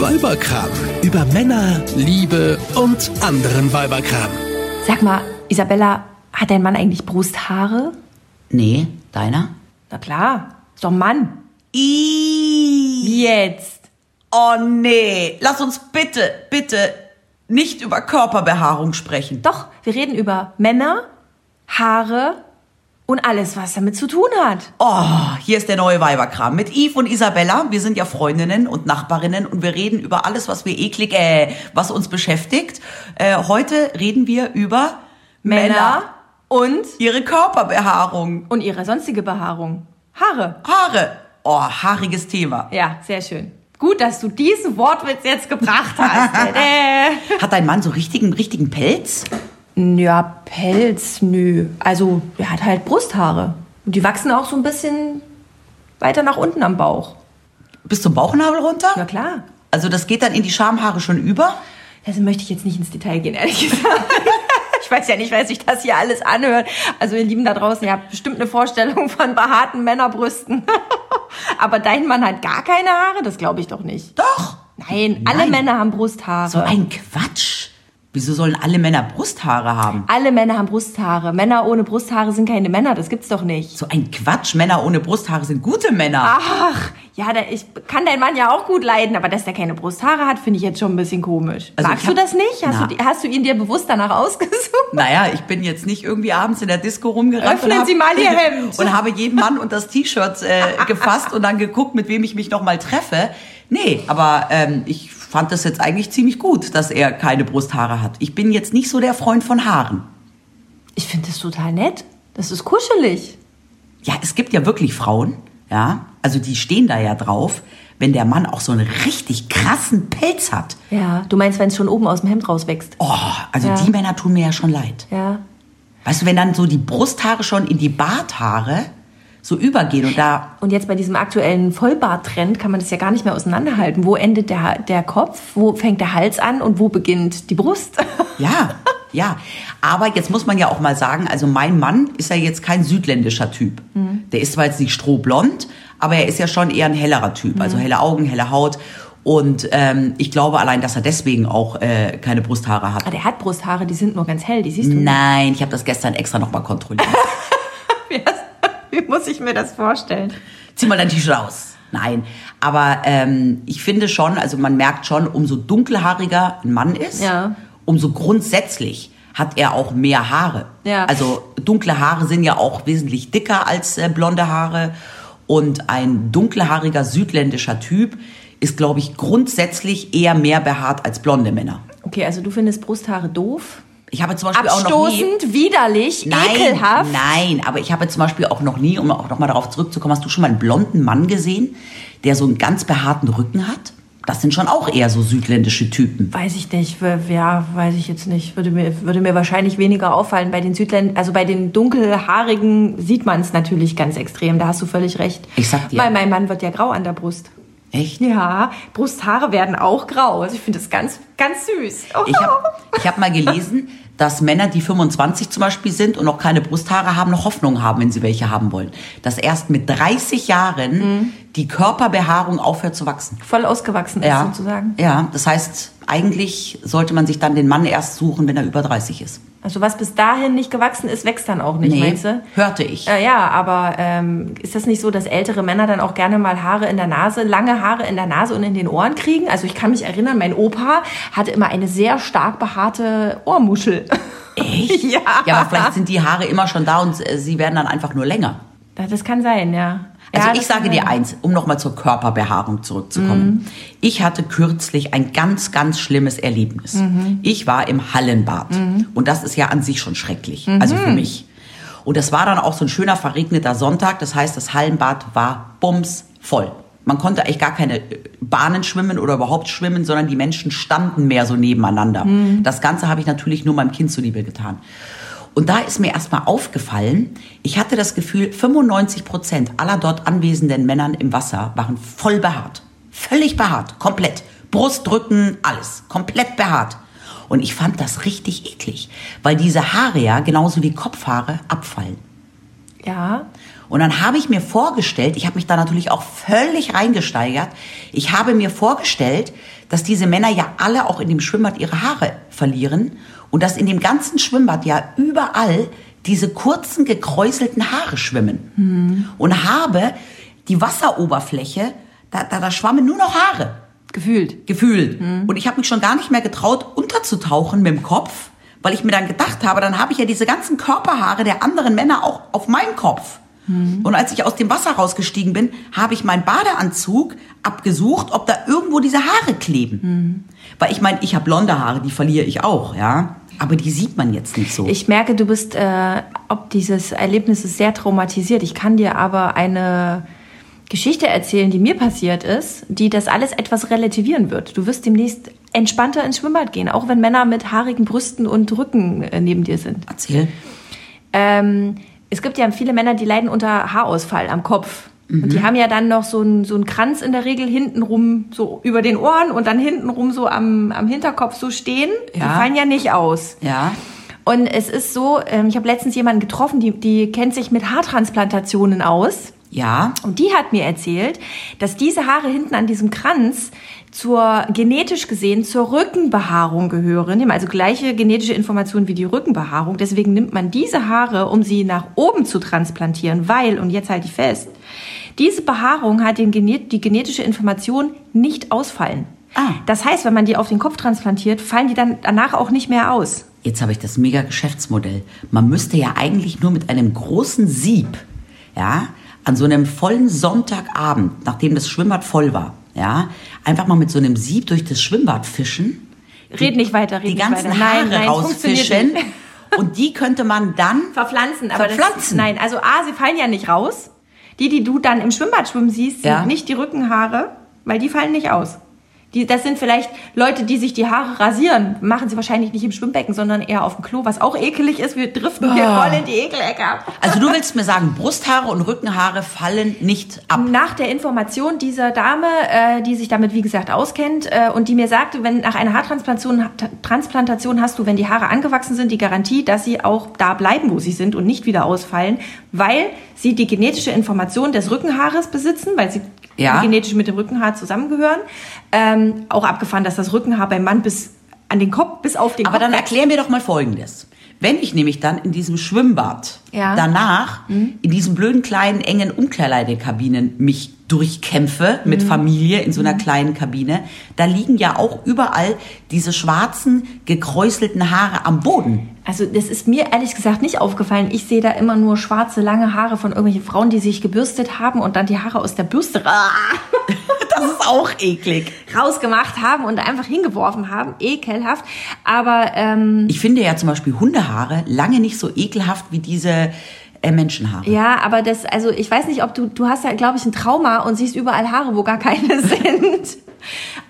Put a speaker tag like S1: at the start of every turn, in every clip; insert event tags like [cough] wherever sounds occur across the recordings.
S1: Weiberkram. Über Männer, Liebe und anderen Weiberkram.
S2: Sag mal, Isabella, hat dein Mann eigentlich Brusthaare?
S3: Nee, deiner?
S2: Na klar, ist doch ein Mann.
S3: Ih,
S2: Jetzt.
S3: oh nee. Lass uns bitte, bitte nicht über Körperbehaarung sprechen.
S2: Doch, wir reden über Männer, Haare und alles, was damit zu tun hat.
S3: Oh, hier ist der neue Weiberkram mit Yves und Isabella. Wir sind ja Freundinnen und Nachbarinnen und wir reden über alles, was wir eklig, äh, was uns beschäftigt. Äh, heute reden wir über Männer,
S2: und,
S3: ihre Körperbehaarung,
S2: und ihre sonstige Behaarung. Haare.
S3: Haare. Oh, haariges Thema.
S2: Ja, sehr schön. Gut, dass du diesen Wortwitz jetzt gebracht [laughs] hast. Äh.
S3: Hat dein Mann so richtigen, richtigen Pelz?
S2: Ja, Pelz, nö. Also, er hat halt Brusthaare. Und die wachsen auch so ein bisschen weiter nach unten am Bauch.
S3: Bis zum Bauchnabel runter?
S2: Na klar.
S3: Also das geht dann in die Schamhaare schon über?
S2: Also möchte ich jetzt nicht ins Detail gehen, ehrlich gesagt. [laughs] Ich weiß ja nicht, wer sich das hier alles anhört. Also ihr Lieben da draußen, ihr habt bestimmt eine Vorstellung von behaarten Männerbrüsten. [laughs] Aber dein Mann hat gar keine Haare? Das glaube ich doch nicht.
S3: Doch.
S2: Nein, alle
S3: Nein.
S2: Männer haben Brusthaare.
S3: So ein Quatsch. Wieso sollen alle Männer Brusthaare haben?
S2: alle Männer haben Brusthaare. Männer ohne Brusthaare sind keine Männer, das gibt's doch nicht.
S3: So ein Quatsch. Männer ohne Brusthaare sind gute
S2: Ah.
S3: Männer.
S2: Ach, ja, da, ich kann deinen Mann ja auch gut leiden, aber dass der keine Brusthaare hat, finde ich jetzt schon ein bisschen komisch.
S3: Also
S2: Magst
S3: ich hab-
S2: du das nicht? Hast
S3: Na.
S2: du, die- hast du ihn dir bewusst danach [laughs] ausgesucht?
S3: Naja, ich bin jetzt nicht irgendwie abends in der Disco rumgerannt.
S2: Öffnen
S3: und hab-
S2: Sie mal Ihr Hemd.
S3: Und habe jeden Mann und das T-Shirt äh, gefasst und dann geguckt, mit wem ich mich nochmal treffe. Nee, aber ähm, ich fand das jetzt eigentlich ziemlich gut, dass er keine Brusthaare hat. Ich bin jetzt nicht so der Freund von Haaren.
S2: Ich finde das total nett. Das ist kuschelig.
S3: Ja, es gibt ja wirklich Frauen, ja, also die stehen da ja drauf, wenn der Mann auch so einen richtig krassen Pelz hat.
S2: Ja, du meinst, wenn es schon oben aus dem Hemd rauswächst.
S3: Oh, also
S2: Ja.
S3: die Männer tun mir ja schon leid.
S2: Ja.
S3: Weißt du, wenn dann so die Brusthaare schon in die Barthaare so übergehen und da,
S2: Und jetzt bei diesem aktuellen Vollbart-Trend kann man das ja gar nicht mehr auseinanderhalten. Wo endet der, der Kopf, wo fängt der Hals an und wo beginnt die Brust? [laughs]
S3: ja, ja. Aber jetzt muss man ja auch mal sagen, also mein Mann ist ja jetzt kein südländischer Typ. Der ist zwar jetzt nicht strohblond, aber er ist ja schon eher ein hellerer Typ, also helle Augen, helle Haut. Und ähm, ich glaube allein, dass er deswegen auch äh, keine Brusthaare hat.
S2: Ah, der hat Brusthaare, die sind nur ganz hell, die siehst du.
S3: Nein, ich habe das gestern extra nochmal kontrolliert.
S2: Wie das- Wie [laughs] muss ich mir das vorstellen?
S3: Zieh mal dein T-Shirt aus. Nein, aber ähm, ich finde schon, also man merkt schon, umso dunkelhaariger ein Mann ist,
S2: Ja.
S3: umso grundsätzlich hat er auch mehr Haare.
S2: Ja.
S3: Also dunkle Haare sind ja auch wesentlich dicker als äh, blonde Haare. Und ein dunkelhaariger südländischer Typ ist, glaube ich, grundsätzlich eher mehr behaart als blonde Männer.
S2: Okay, also du findest Brusthaare doof,
S3: Ich habe zum Beispiel auch noch nie...
S2: abstoßend, widerlich,
S3: Nein,
S2: ekelhaft.
S3: nein, aber ich habe zum Beispiel auch noch nie, um auch noch mal darauf zurückzukommen, hast du schon mal einen blonden Mann gesehen, der so einen ganz behaarten Rücken hat? Das sind schon auch eher so südländische Typen.
S2: Weiß ich nicht, w- ja, weiß ich jetzt nicht. Würde mir, würde mir wahrscheinlich weniger auffallen. Bei den Südländern, also bei den dunkelhaarigen sieht man es natürlich ganz extrem. Da hast du völlig recht.
S3: Ich sag dir.
S2: Weil mein Mann wird ja grau an der Brust.
S3: Echt?
S2: Ja, Brusthaare werden auch grau. Also ich finde das ganz, ganz süß. Oh.
S3: Ich habe ich hab mal gelesen, dass Männer, die 25 zum Beispiel sind und noch keine Brusthaare haben, noch Hoffnung haben, wenn sie welche haben wollen. Dass erst mit 30 Jahren
S2: Mhm.
S3: die Körperbehaarung aufhört zu wachsen.
S2: Voll ausgewachsen ist sozusagen.
S3: ja, das heißt, eigentlich sollte man sich dann den Mann erst suchen, wenn er über 30 ist.
S2: Also was bis dahin nicht gewachsen ist, wächst dann auch nicht, meinst du?
S3: hörte ich.
S2: Äh, ja, aber ähm, ist das nicht so, dass ältere Männer dann auch gerne mal Haare in der Nase, lange Haare in der Nase und in den Ohren kriegen? Also ich kann mich erinnern, mein Opa hatte immer eine sehr stark behaarte Ohrmuschel. [laughs]
S3: Echt?
S2: Ja.
S3: Ja, aber vielleicht sind die Haare immer schon da und äh, sie werden dann einfach nur länger.
S2: Ja, Das kann sein, ja.
S3: Also
S2: ja,
S3: ich
S2: das Mhm. kann
S3: sage dir
S2: sein.
S3: eins, um nochmal zur Körperbehaarung zurückzukommen. Ich hatte kürzlich ein ganz, ganz schlimmes Erlebnis.
S2: Mhm.
S3: Ich war im Hallenbad. Und das ist ja an sich schon schrecklich. Also
S2: Mhm.
S3: für mich. Und das war dann auch so ein schöner verregneter Sonntag. Das heißt, das Hallenbad war bumsvoll. Man konnte eigentlich gar keine äh, Bahnen schwimmen oder überhaupt schwimmen, sondern die Menschen standen mehr so nebeneinander.
S2: Mhm.
S3: Das Ganze habe ich natürlich nur meinem Kind zuliebe getan. Und da ist mir erstmal aufgefallen, ich hatte das Gefühl, 95 Prozent aller dort anwesenden Männern im Wasser waren voll behaart. Völlig behaart, komplett. Brust, Rücken, alles. Komplett behaart. Und ich fand das richtig eklig, weil diese Haare ja genauso wie Kopfhaare abfallen.
S2: Ja.
S3: Und dann habe ich mir vorgestellt, ich habe mich da natürlich auch völlig reingesteigert, ich habe mir vorgestellt, dass diese Männer ja alle auch in dem Schwimmbad ihre Haare verlieren und dass in dem ganzen Schwimmbad ja überall diese kurzen gekräuselten Haare schwimmen. Und habe die Wasseroberfläche, da, da, da schwammen nur noch Haare
S2: Gefühlt.
S3: gefühlt. Und ich habe mich schon gar nicht mehr getraut, unterzutauchen mit dem Kopf, weil ich mir dann gedacht habe, dann habe ich ja diese ganzen Körperhaare der anderen Männer auch auf meinem Kopf. Und als ich aus dem Wasser rausgestiegen bin, habe ich meinen Badeanzug abgesucht, ob da irgendwo diese Haare kleben. Weil ich meine, ich habe blonde Haare, die verliere ich auch, ja. Aber die sieht man jetzt nicht so.
S2: Ich merke, du bist äh, ob dieses Erlebnisses sehr traumatisiert. Ich kann dir aber eine Geschichte erzählen, die mir passiert ist, die das alles etwas relativieren wird. Du wirst demnächst entspannter ins Schwimmbad gehen, auch wenn Männer mit haarigen Brüsten und Rücken äh, neben dir sind.
S3: Erzähl.
S2: Ähm, es gibt ja viele Männer, die leiden unter Haarausfall am Kopf. Und die haben ja dann noch so einen, so einen Kranz in der Regel hintenrum so über den Ohren und dann hintenrum so am, am Hinterkopf so stehen. Die
S3: Ja.
S2: fallen ja nicht aus.
S3: Ja.
S2: Und es ist so, ähm, ich habe letztens jemanden getroffen, die, die kennt sich mit Haartransplantationen aus.
S3: Ja.
S2: Und die hat mir erzählt, dass diese Haare hinten an diesem Kranz zur genetisch gesehen zur Rückenbehaarung gehören. Die haben Also gleiche genetische Information wie die Rückenbehaarung. Deswegen nimmt man diese Haare, um sie nach oben zu transplantieren, weil, und jetzt halte ich fest, diese Behaarung hat den Genet die genetische Information nicht ausfallen.
S3: Ah.
S2: Das heißt, wenn man die auf den Kopf transplantiert, fallen die dann danach auch nicht mehr aus.
S3: Jetzt habe ich das mega Geschäftsmodell. Man müsste ja eigentlich nur mit einem großen Sieb, ja, an so einem vollen Sonntagabend, nachdem das Schwimmbad voll war, ja, einfach mal mit so einem Sieb durch das Schwimmbad fischen.
S2: Red nicht weiter, red
S3: die
S2: nicht
S3: ganzen
S2: weiter.
S3: Haare
S2: Nein, nein, es funktioniert
S3: rausfischen.
S2: nicht.
S3: Und die könnte man dann
S2: [laughs] Verpflanzen, aber das,
S3: Verpflanzen?
S2: nein, also A, sie fallen ja nicht raus. Die, die du dann im Schwimmbad schwimmen siehst,
S3: Ja.
S2: sind nicht die Rückenhaare, weil die fallen nicht aus. Die, das sind vielleicht Leute, die sich die Haare rasieren. Machen sie wahrscheinlich nicht im Schwimmbecken, sondern eher auf dem Klo, was auch ekelig ist. Wir driften hier
S3: Ah.
S2: voll in die Ekelecke ab.
S3: Also du willst mir sagen, Brusthaare und Rückenhaare fallen nicht ab.
S2: Nach der Information dieser Dame, äh, die sich damit wie gesagt auskennt äh, und die mir sagte, wenn nach einer Haartransplantation Transplantation hast du, wenn die Haare angewachsen sind, die Garantie, dass sie auch da bleiben, wo sie sind und nicht wieder ausfallen, weil sie die genetische Information des Rückenhaares besitzen, weil sie
S3: Ja.
S2: genetisch mit dem Rückenhaar zusammengehören. Ähm, auch abgefahren, dass das Rückenhaar beim Mann bis an den Kopf, bis auf den
S3: Aber
S2: Kopf.
S3: dann erklär mir doch mal Folgendes. Wenn ich nämlich dann in diesem Schwimmbad
S2: Ja. Hm?
S3: danach in diesen blöden kleinen engen Umkleidekabinen mich durchkämpfe mit
S2: Hm.
S3: Familie in so einer kleinen Kabine, da liegen ja auch überall diese schwarzen gekräuselten Haare am Boden.
S2: Also das ist mir ehrlich gesagt nicht aufgefallen. Ich sehe da immer nur schwarze, lange Haare von irgendwelchen Frauen, die sich gebürstet haben und dann die Haare aus der Bürste ra-
S3: Das
S2: Hm.
S3: ist auch eklig.
S2: rausgemacht haben und einfach hingeworfen haben. Ekelhaft. Aber ähm,
S3: Ich finde ja zum Beispiel Hundehaare lange nicht so ekelhaft wie diese äh, Menschenhaare.
S2: ja, aber das, also ich weiß nicht, ob du, du hast ja, glaube ich, ein Trauma und siehst überall Haare, wo gar keine [laughs] sind.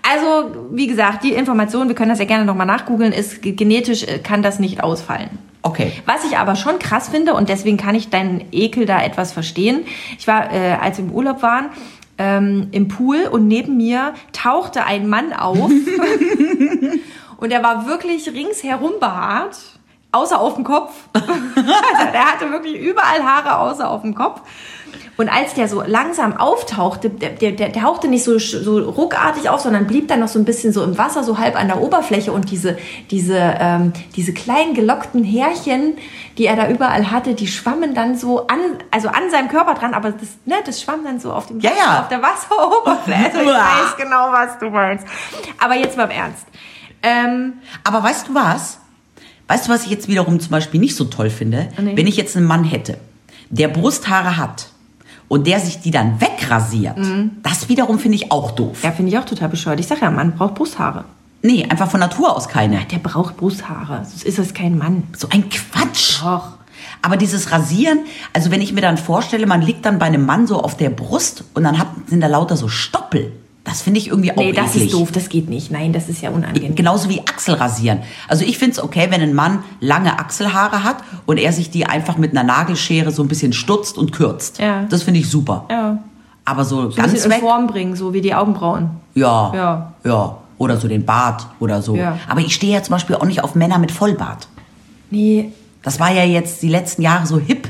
S2: Also, wie gesagt, die Information, wir können das ja gerne nochmal nachgoogeln, ist ge- genetisch äh, kann das nicht ausfallen.
S3: Okay.
S2: Was ich aber schon krass finde, und deswegen kann ich deinen Ekel da etwas verstehen. Ich war, äh, als wir im Urlaub waren, ähm, im Pool und neben mir tauchte ein Mann auf. und er war wirklich ringsherum behaart, außer auf dem Kopf. [laughs] also der hatte wirklich überall Haare, außer auf dem Kopf. Und als der so langsam auftauchte, der, der, der tauchte nicht so, sch- so ruckartig auf, sondern blieb dann noch so ein bisschen so im Wasser, so halb an der Oberfläche. Und diese, diese, ähm, diese kleinen gelockten Härchen, die er da überall hatte, die schwammen dann so an, also an seinem Körper dran, aber das, ne, das schwamm dann so auf, dem
S3: Ja, ja.
S2: auf der Wasseroberfläche. Also ich
S3: Uah.
S2: weiß genau, was du meinst. Aber jetzt mal im Ernst. Ähm,
S3: Aber weißt du was? Weißt du, was ich jetzt wiederum zum Beispiel nicht so toll finde?
S2: Ah, Nee.
S3: Wenn ich jetzt einen Mann hätte, der Brusthaare hat und der sich die dann wegrasiert, das wiederum finde ich auch doof.
S2: Mhm. Ja, finde ich auch total bescheuert. Ich sage ja, Mann braucht Brusthaare.
S3: Nee, einfach von Natur aus keine.
S2: Der braucht Brusthaare. Sonst ist das kein Mann.
S3: So ein Quatsch.
S2: Doch.
S3: Aber dieses Rasieren, also wenn ich mir dann vorstelle, man liegt dann bei einem Mann so auf der Brust und dann hat, sind da lauter so Stoppel. Das finde ich irgendwie auch
S2: Nee, das
S3: Oh, eklig. Genau.
S2: ist doof. Das geht nicht. Nein, das ist ja unangenehm.
S3: Genauso wie Achsel rasieren. Also ich finde es okay, wenn ein Mann lange Achselhaare hat und er sich die einfach mit einer Nagelschere so ein bisschen stutzt und kürzt.
S2: Ja.
S3: Das finde ich super.
S2: Ja.
S3: Aber so,
S2: Ein
S3: ganz
S2: bisschen in
S3: weg,
S2: Form bringen, so wie die Augenbrauen.
S3: ja,
S2: Ja.
S3: ja, Oder so den Bart oder so.
S2: Ja.
S3: Aber ich stehe ja zum Beispiel auch nicht auf Männer mit Vollbart.
S2: Nee.
S3: Das war ja jetzt die letzten Jahre so hip.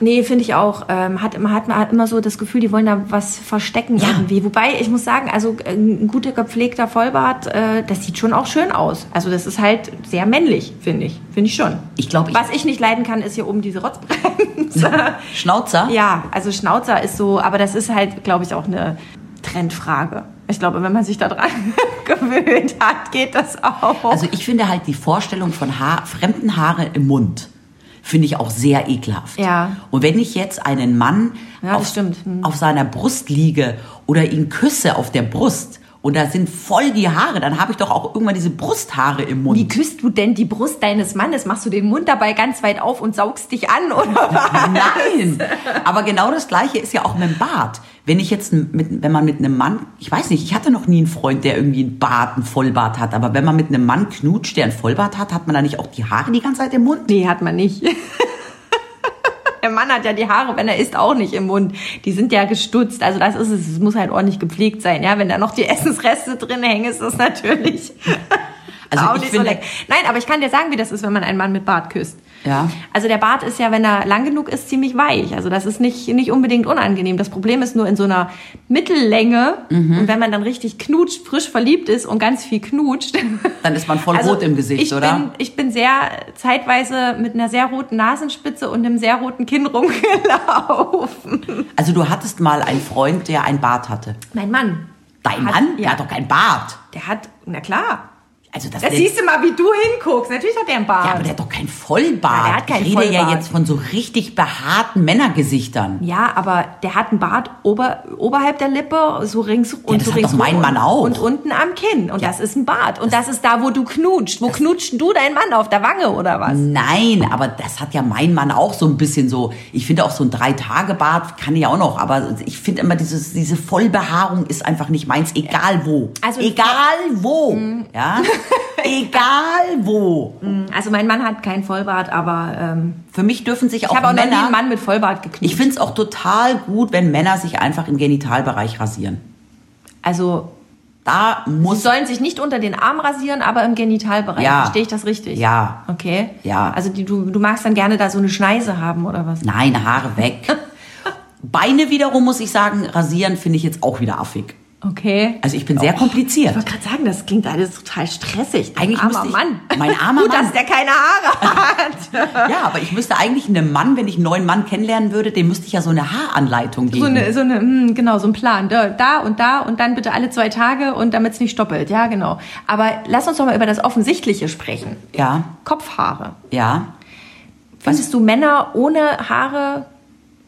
S2: Nee, finde ich auch. Ähm, hat, man hat, man hat immer so das Gefühl, die wollen da was verstecken
S3: Ja.
S2: irgendwie. Wobei, ich muss sagen, also äh, ein guter gepflegter Vollbart, äh, das sieht schon auch schön aus. Also das ist halt sehr männlich, finde ich. Finde ich schon.
S3: Ich glaube, ich-
S2: Was ich nicht leiden kann, ist hier oben diese
S3: [laughs]
S2: Rotzbremse.
S3: Schnauzer?
S2: ja, also Schnauzer ist so, aber das ist halt, glaube ich, auch eine Trendfrage. Ich glaube, wenn man sich da dran [laughs] gewöhnt hat, geht das auch.
S3: Also ich finde halt die Vorstellung von Haar, fremden Haare im Mund finde ich auch sehr ekelhaft.
S2: Ja.
S3: Und wenn ich jetzt einen Mann
S2: Ja, das
S3: auf,
S2: stimmt. Hm.
S3: auf seiner Brust liege oder ihn küsse auf der Brust und da sind voll die Haare, dann habe ich doch auch irgendwann diese Brusthaare im Mund.
S2: Wie küsst du denn die Brust deines Mannes? Machst du den Mund dabei ganz weit auf und saugst dich an
S3: [laughs]
S2: oder was?
S3: Nein, aber genau das Gleiche ist ja auch mit dem Bart. Wenn ich jetzt mit, wenn man mit einem Mann, ich weiß nicht, ich hatte noch nie einen Freund, der irgendwie einen Bart, einen Vollbart hat, aber wenn man mit einem Mann knutscht, der einen Vollbart hat, hat man da nicht auch die Haare die ganze Zeit im Mund?
S2: Nee, hat man nicht. [laughs] Der Mann hat ja die Haare, wenn er isst, auch nicht im Mund. Die sind ja gestutzt. Also das ist es. Es muss halt ordentlich gepflegt sein. Ja, wenn da noch die [laughs] Essensreste drin hängen, ist das natürlich
S3: Also
S2: auch
S3: ich
S2: nicht
S3: finde-
S2: so lecker. Nein, aber ich kann dir sagen, wie das ist, wenn man einen Mann mit Bart küsst.
S3: Ja.
S2: Also der Bart ist ja, wenn er lang genug ist, ziemlich weich. Also das ist nicht, nicht unbedingt unangenehm. Das Problem ist nur in so einer Mittellänge.
S3: Mhm.
S2: Und wenn man dann richtig knutscht, frisch verliebt ist und ganz viel knutscht.
S3: [laughs]
S2: Also
S3: Dann ist man voll rot im Gesicht,
S2: ich
S3: oder?
S2: Bin, ich bin sehr zeitweise mit einer sehr roten Nasenspitze und einem sehr roten Kinn rumgelaufen.
S3: Also du hattest mal einen Freund, der einen Bart hatte.
S2: Mein Mann,
S3: Dein
S2: Hat-
S3: Mann? Der
S2: ja.
S3: hat doch keinen Bart.
S2: der hat, na klar.
S3: Also das,
S2: Das
S3: wär-
S2: siehst du mal, wie du hinguckst. Natürlich hat der einen Bart.
S3: ja, aber der hat doch keinen Vollbart.
S2: Ja, der hat keinen
S3: ich rede ja
S2: Vollbart.
S3: jetzt von so richtig behaarten Männergesichtern.
S2: Ja, aber der hat einen Bart ober, oberhalb der Lippe, so rings und
S3: das
S2: so
S3: hat
S2: rings
S3: doch mein
S2: und-
S3: Mann auch.
S2: Und unten am Kinn. Und das ist ein Bart. Und das, ist da, wo du knutscht. Wo knutscht du deinen Mann auf der Wange oder was?
S3: Nein, aber das hat ja mein Mann auch so ein bisschen so. Ich finde auch so ein Drei-Tage-Bart kann ich auch noch, aber ich finde immer dieses, diese Vollbehaarung ist einfach nicht meins, egal wo.
S2: Also-
S3: egal wo.
S2: [laughs]
S3: Ja? egal wo.
S2: Also mein Mann hat keinen Vollbart, aber ähm,
S3: Für mich dürfen sich
S2: ich
S3: auch
S2: habe auch noch nie
S3: Männer.
S2: einen Mann mit Vollbart geknutscht.
S3: ich finde es auch total gut, wenn Männer sich einfach im Genitalbereich rasieren.
S2: also
S3: Da
S2: sie
S3: muss
S2: sollen sich nicht unter den Arm rasieren, aber im Genitalbereich.
S3: Ja.
S2: Verstehe ich das richtig?
S3: Ja.
S2: Okay.
S3: Ja.
S2: Also die, du, du magst dann gerne da so eine Schneise haben oder was?
S3: Nein, Haare weg. Beine wiederum muss ich sagen, rasieren finde ich jetzt auch wieder affig.
S2: Okay.
S3: Also ich bin sehr
S2: Ich [laughs]
S3: kompliziert.
S2: wollte gerade sagen, das klingt alles total stressig. Dein
S3: Eigentlich
S2: armer
S3: müsste ich-
S2: Mann. [laughs]
S3: Mein armer
S2: Gut,
S3: Mann.
S2: dass der keine [laughs] Haare hat.
S3: Ja, aber ich müsste eigentlich einem Mann, wenn ich einen neuen Mann kennenlernen würde, dem müsste ich ja so eine Haaranleitung geben.
S2: So eine, so eine, hm, genau, so ein Plan. Da, da und da und dann bitte alle zwei Tage und damit es nicht stoppelt. Ja, genau. Aber lass uns doch mal über das Offensichtliche sprechen.
S3: ja,
S2: Kopfhaare.
S3: ja.
S2: Findest du Männer ohne Haare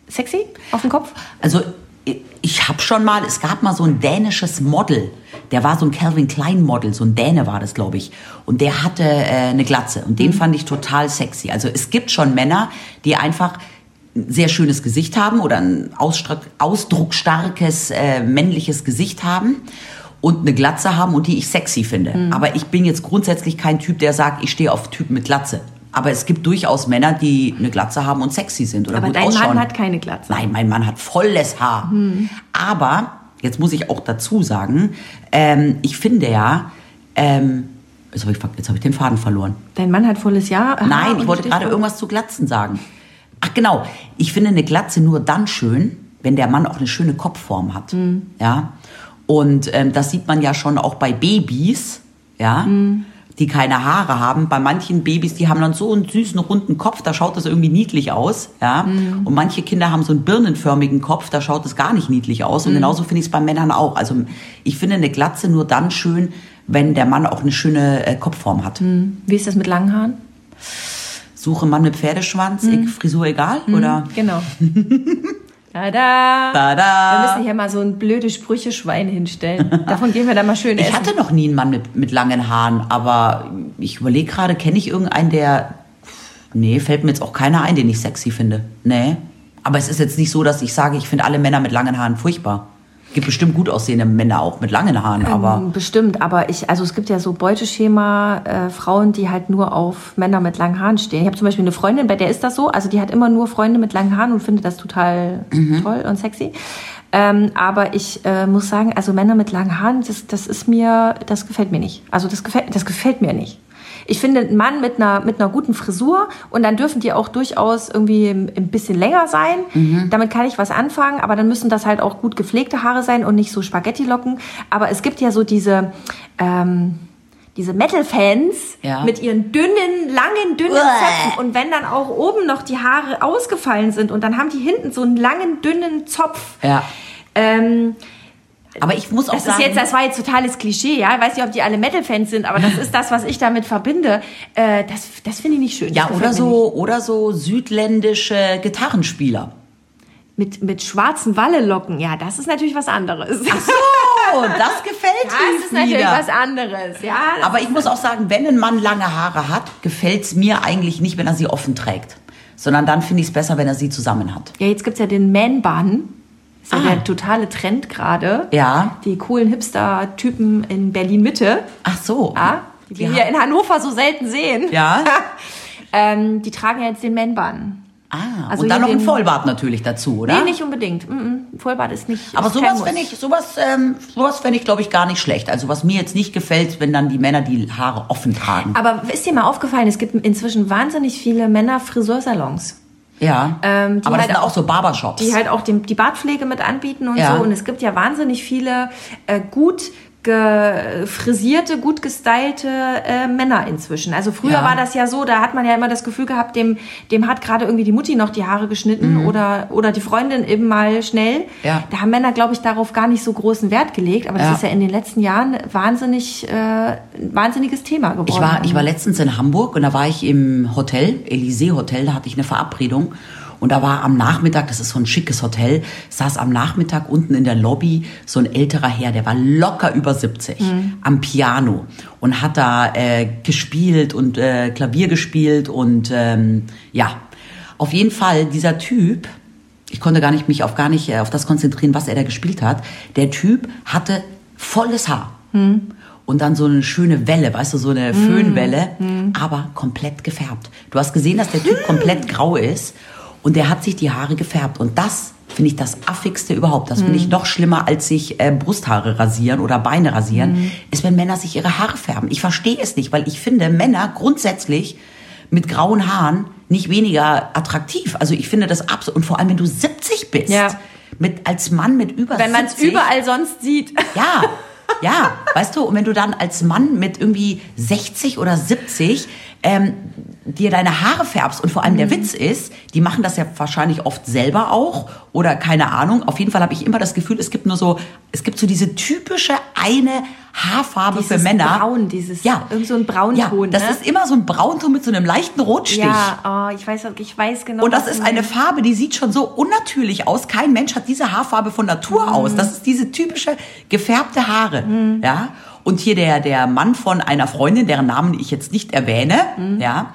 S2: sexy auf dem Kopf?
S3: Also ich- ich habe schon mal, es gab mal so ein dänisches Model. Der war so ein Calvin Klein Model, so ein Däne war das, glaube ich. Und der hatte äh, eine Glatze und
S2: Mhm.
S3: den fand ich total sexy. Also es gibt schon Männer, die einfach ein sehr schönes Gesicht haben oder ein Ausstr- ausdrucksstarkes äh, männliches Gesicht haben und eine Glatze haben und die ich sexy finde.
S2: Mhm.
S3: Aber ich bin jetzt grundsätzlich kein Typ, der sagt, ich stehe auf Typen mit Glatze. Aber es gibt durchaus Männer, die eine Glatze haben und sexy sind oder
S2: Aber
S3: gut
S2: dein
S3: ausschauen.
S2: Mann hat keine Glatze.
S3: Nein, mein Mann hat volles Haar. Aber, jetzt muss ich auch dazu sagen, ähm, ich finde ja, ähm, jetzt habe ich, ver- jetzt hab ich den Faden verloren.
S2: Dein Mann hat volles Jahr. Haar
S3: Nein,
S2: und
S3: ich wollte
S2: steht
S3: gerade
S2: vor-
S3: irgendwas zu Glatzen sagen. Ach genau, ich finde eine Glatze nur dann schön, wenn der Mann auch eine schöne Kopfform hat. Ja. Und ähm, das sieht man ja schon auch bei Babys, ja, die keine Haare haben. Bei manchen Babys, die haben dann so einen süßen runden Kopf, da schaut das irgendwie niedlich aus, ja. Und manche Kinder haben so einen birnenförmigen Kopf, da schaut es gar nicht niedlich aus. Und genauso finde ich es bei Männern auch. Also ich finde eine Glatze nur dann schön, wenn der Mann auch eine schöne äh, Kopfform hat.
S2: Wie ist das mit langen Haaren?
S3: Suche Mann mit Pferdeschwanz,
S2: Mhm.
S3: ich, Frisur egal, oder?
S2: [laughs] Genau. Tada! Wir
S3: Tada!
S2: müssen hier mal so ein blödes Sprücheschwein hinstellen. Davon gehen wir dann mal [laughs] schön
S3: Ich
S2: essen.
S3: hatte noch nie einen Mann mit, mit langen Haaren, aber ich überlege gerade, kenne ich irgendeinen, der. Nee, fällt mir jetzt auch keiner ein, den ich sexy finde. Nee. Aber es ist jetzt nicht so, dass ich sage, ich finde alle Männer mit langen Haaren furchtbar. Gibt bestimmt gut aussehende Männer auch mit langen Haaren,
S2: Ähm,
S3: aber.
S2: Hm, Bestimmt, aber ich, also es gibt ja so Beuteschema, äh, Frauen, die halt nur auf Männer mit langen Haaren stehen. Ich habe zum Beispiel eine Freundin, bei der ist das so, also die hat immer nur Freunde mit langen Haaren und findet das total toll und sexy. Ähm, aber ich äh, muss sagen, also Männer mit langen Haaren, das, das ist mir, das gefällt mir nicht. Also das gefällt, das gefällt mir nicht. Ich finde, ein Mann mit einer, mit einer guten Frisur und dann dürfen die auch durchaus irgendwie ein bisschen länger sein.
S3: Mhm.
S2: Damit kann ich was anfangen, aber dann müssen das halt auch gut gepflegte Haare sein und nicht so Spaghetti-Locken. Aber es gibt ja so diese, ähm, diese Metal-Fans
S3: Ja.
S2: mit ihren dünnen, langen, dünnen
S3: Uah.
S2: Zöpfen. Und wenn dann auch oben noch die Haare ausgefallen sind und dann haben die hinten so einen langen, dünnen Zopf.
S3: Ja.
S2: Ähm,
S3: Aber ich muss auch
S2: das
S3: sagen,
S2: ist jetzt, das war jetzt totales Klischee, ja. Ich weiß nicht, ob die alle Metal-Fans sind, aber das ist das, was ich damit verbinde. Äh, das das finde ich nicht schön.
S3: ja
S2: Das
S3: oder
S2: gefällt mir
S3: so oder so südländische Gitarrenspieler.
S2: Nicht. Mit, mit schwarzen Wallelocken, ja, das ist natürlich was anderes. [laughs]
S3: So, Oh, das gefällt
S2: das ist natürlich
S3: wieder.
S2: was anderes, ja. Das-
S3: Aber ich muss auch sagen, wenn ein Mann lange Haare hat, gefällt's mir eigentlich nicht, wenn er sie offen trägt. Sondern dann finde ich es besser, wenn er sie zusammen hat.
S2: ja, jetzt gibt's ja den Man-Bun. Ist ja
S3: Ah.
S2: der totale Trend gerade.
S3: Ja.
S2: Die coolen Hipster-Typen in Berlin-Mitte,
S3: Ach so.
S2: ja, die wir hier in Hannover so selten sehen.
S3: Ja.
S2: [laughs] ähm, die tragen ja jetzt den Man-Bun.
S3: Ah,
S2: Also
S3: und dann
S2: hier
S3: noch ein
S2: den-
S3: Vollbart natürlich dazu, oder?
S2: Nee, Eh, nicht unbedingt. Mm -mm. Vollbart ist nicht.
S3: Aber
S2: ist kein
S3: sowas
S2: Muss.
S3: finde ich, sowas, ähm, sowas finde ich, glaube ich, gar nicht schlecht. Also was mir jetzt nicht gefällt, wenn dann die Männer die Haare offen tragen.
S2: Aber ist dir mal aufgefallen, es gibt inzwischen wahnsinnig viele Männer-Friseursalons,
S3: ja.
S2: ähm, die
S3: Aber das
S2: halt
S3: sind
S2: auch-
S3: auch so Barbershops.
S2: die halt auch dem, die Bartpflege mit anbieten und
S3: Ja.
S2: so. Und es gibt ja wahnsinnig viele äh, gut ge- frisierte, gut gestylte äh, Männer inzwischen. Also früher
S3: Ja.
S2: war das ja so, da hat man ja immer das Gefühl gehabt, dem, dem hat gerade irgendwie die Mutti noch die Haare geschnitten oder, oder die Freundin eben mal schnell.
S3: Mhm. Ja.
S2: Da haben Männer, glaube ich, darauf gar nicht so großen Wert gelegt. Aber das
S3: Ja.
S2: ist ja in den letzten Jahren wahnsinnig, äh, ein wahnsinniges Thema geworden.
S3: Ich war, ich war letztens in Hamburg und da war ich im Hotel, Elysee Hotel, da hatte ich eine Verabredung. Und da war am Nachmittag, das ist so ein schickes Hotel, saß am Nachmittag unten in der Lobby so ein älterer Herr, der war locker über 70, am Piano und hat da äh, gespielt und äh, Klavier gespielt und ähm, ja, auf jeden Fall dieser Typ, ich konnte gar nicht mich auf gar nicht äh, auf das konzentrieren, was er da gespielt hat. Der Typ hatte volles Haar. Und dann so eine schöne Welle, weißt du, so eine Föhnwelle, aber komplett gefärbt. Du hast gesehen, dass der Typ komplett grau ist und der hat sich die Haare gefärbt. Und das finde ich das affigste überhaupt. Das finde ich noch schlimmer, als sich äh, Brusthaare rasieren oder Beine rasieren, ist, wenn Männer sich ihre Haare färben. Ich verstehe es nicht, weil ich finde Männer grundsätzlich mit grauen Haaren nicht weniger attraktiv. Also ich finde das absolut. Und vor allem, wenn du 70 bist,
S2: Ja.
S3: mit, als Mann mit über
S2: Wenn man es
S3: 70,
S2: überall sonst sieht.
S3: ja, ja, weißt du, und wenn du dann als Mann mit irgendwie 60 oder 70 ähm, dir deine Haare färbst und vor allem
S2: Mhm.
S3: der Witz ist, die machen das ja wahrscheinlich oft selber auch oder keine Ahnung. Auf jeden Fall habe ich immer das Gefühl, es gibt nur so, es gibt so diese typische eine Haarfarbe
S2: [laughs]
S3: für
S2: Dieses
S3: Männer.
S2: Braun, dieses-
S3: ja,
S2: irgend so ein Braunton,
S3: Ja, das
S2: ne?
S3: ist immer so ein Braunton mit so einem leichten Rotstich.
S2: Ja, oh, ich weiß, ich weiß genau.
S3: Und das
S2: was
S3: ist
S2: du
S3: eine
S2: meinst.
S3: Farbe, die sieht schon so unnatürlich aus. Kein Mensch hat diese Haarfarbe von
S2: Mhm.
S3: Natur aus. Das ist diese typische gefärbte Haare. Ja. Und hier der, der Mann von einer Freundin, deren Namen ich jetzt nicht erwähne,
S2: Mhm.
S3: ja,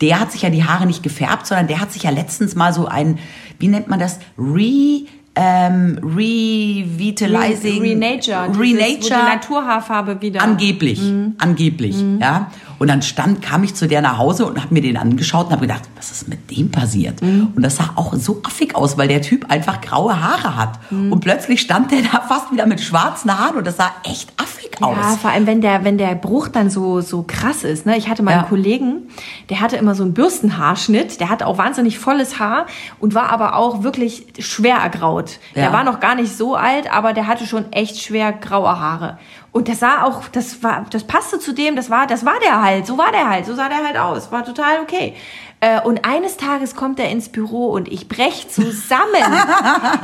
S3: der hat sich ja die Haare nicht gefärbt, sondern der hat sich ja letztens mal so ein, wie nennt man das? Re, ähm, revitalizing.
S2: Renature. dieses, Wo die
S3: Renature.
S2: Naturhaarfarbe wieder.
S3: Angeblich,
S2: Mhm.
S3: angeblich, ja. Und dann stand, kam ich zu der nach Hause und habe mir den angeschaut und habe gedacht, was ist mit dem passiert?
S2: Mhm.
S3: Und das sah auch so affig aus, weil der Typ einfach graue Haare hat.
S2: Mhm.
S3: Und plötzlich stand der [laughs] da fast wieder mit schwarzen Haaren und das sah echt affig
S2: Ja,
S3: aus.
S2: vor allem wenn der, wenn der Bruch dann so, so krass ist. Ne? Ich hatte mal
S3: Ja.
S2: einen Kollegen, der hatte immer so einen Bürstenhaarschnitt, der hatte auch wahnsinnig volles Haar und war aber auch wirklich schwer ergraut.
S3: Ja.
S2: Der war noch gar nicht so alt, aber der hatte schon echt schwer graue Haare. Und das sah auch, das war, das passte zu dem, das war, das war der halt, so war der halt, so sah der halt aus, war total okay. Äh, Und eines Tages kommt er ins Büro und ich brech
S3: [laughs]
S2: zusammen.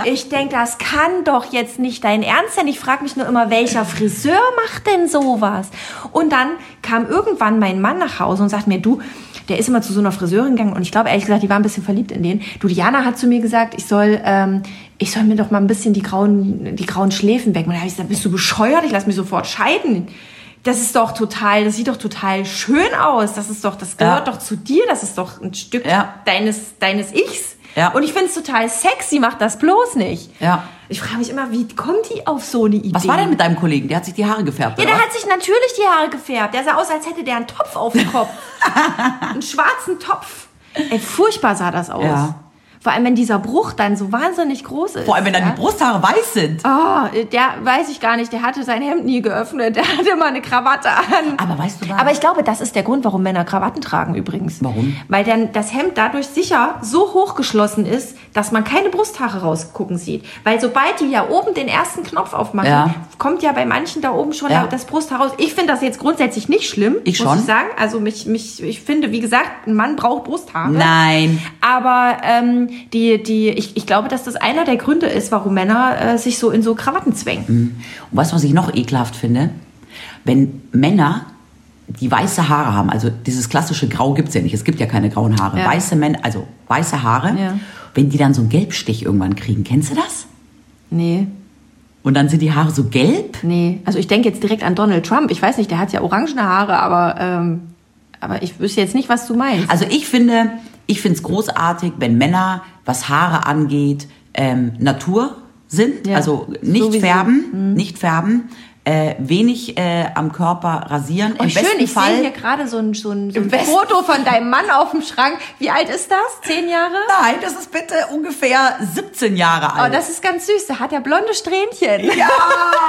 S2: Ich denke, das kann doch jetzt nicht dein Ernst sein. Ich frage mich nur immer, welcher Friseur macht denn sowas? Und dann kam irgendwann mein Mann nach Hause und sagt mir, du, der ist immer zu so einer Friseurin gegangen und ich glaube, ehrlich gesagt, die war ein bisschen verliebt in den. Du, Diana hat zu mir gesagt, ich soll, ähm, ich soll mir doch mal ein bisschen die grauen, die grauen Schläfen wegmachen. Da habe ich gesagt, bist du bescheuert? Ich lasse mich sofort scheiden. Das ist doch total, das sieht doch total schön aus. Das ist doch, das gehört doch zu dir. Das ist doch ein Stück
S3: Ja.
S2: deines, deines Ichs.
S3: Ja.
S2: Und ich finde es total sexy, macht das bloß nicht.
S3: Ja.
S2: Ich frage mich immer, wie kommt die auf so eine Idee?
S3: Was war denn mit deinem Kollegen? Der hat sich die Haare gefärbt.
S2: Ja,
S3: oder
S2: der
S3: was?
S2: hat sich natürlich die Haare gefärbt. Der sah aus, als hätte der einen
S3: [laughs]
S2: Topf auf dem Kopf. einen schwarzen Topf. Ey, furchtbar sah das aus.
S3: Ja.
S2: Vor allem, wenn dieser Bruch dann so wahnsinnig groß ist.
S3: Vor allem, wenn dann
S2: ja?
S3: die Brusthaare weiß sind.
S2: Oh, der weiß ich gar nicht. Der hatte sein Hemd nie geöffnet. Der hatte immer eine Krawatte an.
S3: Aber weißt du was?
S2: Aber ich glaube, das ist der Grund, warum Männer Krawatten tragen übrigens.
S3: Ah. Warum?
S2: Weil dann das Hemd dadurch sicher so hochgeschlossen ist, dass man keine Brusthaare rausgucken sieht. Weil sobald die ja oben den ersten Knopf aufmachen,
S3: Ja.
S2: kommt ja bei manchen da oben schon
S3: Ja.
S2: das Brusthaar raus. Ich finde das jetzt grundsätzlich nicht schlimm,
S3: Ich
S2: muss
S3: schon.
S2: ich sagen. Also mich, mich, ich finde, wie gesagt, ein Mann braucht Brusthaare.
S3: Nein.
S2: Aber ähm, die, die, ich, ich glaube, dass das einer der Gründe ist, warum Männer äh, sich so in so Krawatten zwängen.
S3: Mhm. Und weißt du, was ich noch ekelhaft finde? Wenn Männer, die weiße Haare haben, also dieses klassische Grau gibt's ja nicht, es gibt ja keine grauen Haare.
S2: Ja.
S3: Weiße Männer, also weiße Haare,
S2: Ja.
S3: wenn die dann so einen Gelbstich irgendwann kriegen, kennst du das?
S2: Nee,
S3: Und dann sind die Haare so gelb?
S2: nee. Also ich denke jetzt direkt an Donald Trump. Ich weiß nicht, der hat ja orangene Haare, aber, ähm, aber ich wüsste jetzt nicht, was du meinst.
S3: Also ich finde, ich finde es großartig, wenn Männer, was Haare angeht, ähm, Natur sind,
S2: Ja, Mhm.
S3: also nicht
S2: so wie sie-
S3: färben, nicht färben, äh, wenig äh, am Körper rasieren.
S2: Oh,
S3: Im
S2: schön,
S3: besten
S2: ich
S3: Fall
S2: sehe hier gerade so ein, so ein, so ein
S3: Im besten-
S2: Foto von deinem Mann auf dem Schrank. Wie alt ist das? Zehn Jahre?
S3: Nein, das ist bitte ungefähr 17 Jahre
S2: Oh,
S3: alt.
S2: das ist ganz süß. Der hat ja blonde Strähnchen. Ja. [laughs]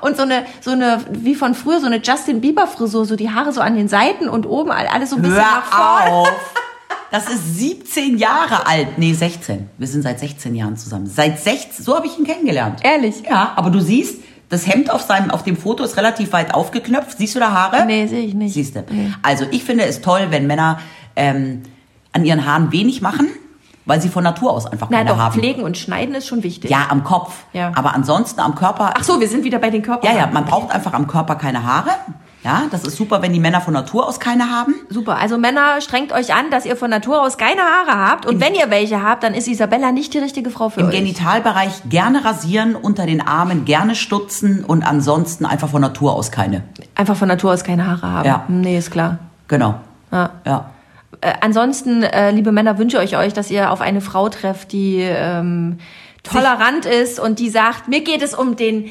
S2: und so eine, so eine, wie von früher, so eine Justin Bieber Frisur, so die Haare so an den Seiten und oben, all- alles so ein bisschen nach vorne.
S3: Hör auf. Das ist 17 Jahre alt. Nee, 16. Wir sind seit 16 Jahren zusammen. Seit 16, so habe ich ihn kennengelernt.
S2: Ehrlich?
S3: Ja, aber du siehst, das Hemd auf seinem auf dem Foto ist relativ weit aufgeknöpft. Siehst du da Haare?
S2: Nee, sehe ich nicht.
S3: Siehst du.
S2: Nee.
S3: Also, ich finde es toll, wenn Männer ähm, an ihren Haaren wenig machen, weil sie von Natur aus einfach
S2: Na
S3: keine
S2: doch,
S3: haben.
S2: pflegen und schneiden ist schon wichtig.
S3: Ja, am Kopf.
S2: Ja.
S3: Aber ansonsten am Körper
S2: Ach so, wir sind wieder bei den Körpern.
S3: Ja, ja, man braucht einfach am Körper keine Haare. Ja, das ist super, wenn die Männer von Natur aus keine haben.
S2: Super. Also Männer, strengt euch an, dass ihr von Natur aus keine Haare habt. Und wenn ihr welche habt, dann ist Isabella nicht die richtige Frau für
S3: Im
S2: euch.
S3: Genitalbereich gerne rasieren, unter den Armen gerne stutzen und ansonsten einfach von Natur aus keine.
S2: Einfach von Natur aus keine Haare haben. Hm,
S3: Ja.
S2: Nee, ist klar.
S3: Genau.
S2: Ja.
S3: Ja.
S2: Äh, ansonsten, äh, liebe Männer, wünsche ich euch, dass ihr auf eine Frau trefft, die ähm, tolerant ist und die sagt, mir geht es um den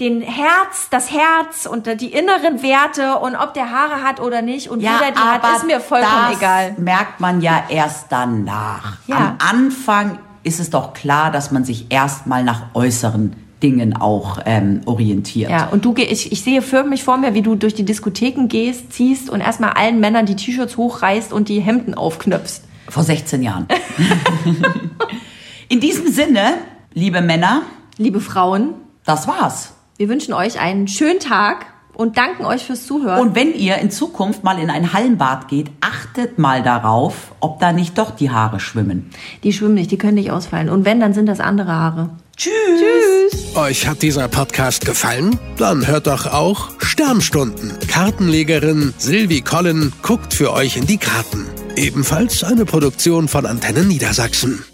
S2: den Herz, das Herz und äh, die inneren Werte und ob der Haare hat oder nicht und wie der die hat, ist mir vollkommen
S3: das
S2: egal.
S3: merkt man ja erst danach.
S2: Ja.
S3: Am Anfang ist es doch klar, dass man sich erstmal nach äußeren Dingen auch ähm, orientiert.
S2: Ja, und du geh- ich, ich sehe förmlich vor mir, wie du durch die Diskotheken gehst, ziehst und erstmal allen Männern die T-Shirts hochreißt und die Hemden aufknöpfst.
S3: Vor 16 Jahren. [laughs] In diesem Sinne, liebe Männer,
S2: Liebe Frauen,
S3: das war's.
S2: wir wünschen euch einen schönen Tag und danken euch fürs Zuhören.
S3: Und wenn ihr in Zukunft mal in ein Hallenbad geht, achtet mal darauf, ob da nicht doch die Haare schwimmen.
S2: die schwimmen nicht, die können nicht ausfallen. Und wenn, dann sind das andere Haare.
S3: Tschüss.
S1: Euch hat dieser Podcast gefallen? Dann hört doch auch Sternstunden. Kartenlegerin Silvi Collen guckt für euch in die Karten. Ebenfalls eine Produktion von Antenne Niedersachsen.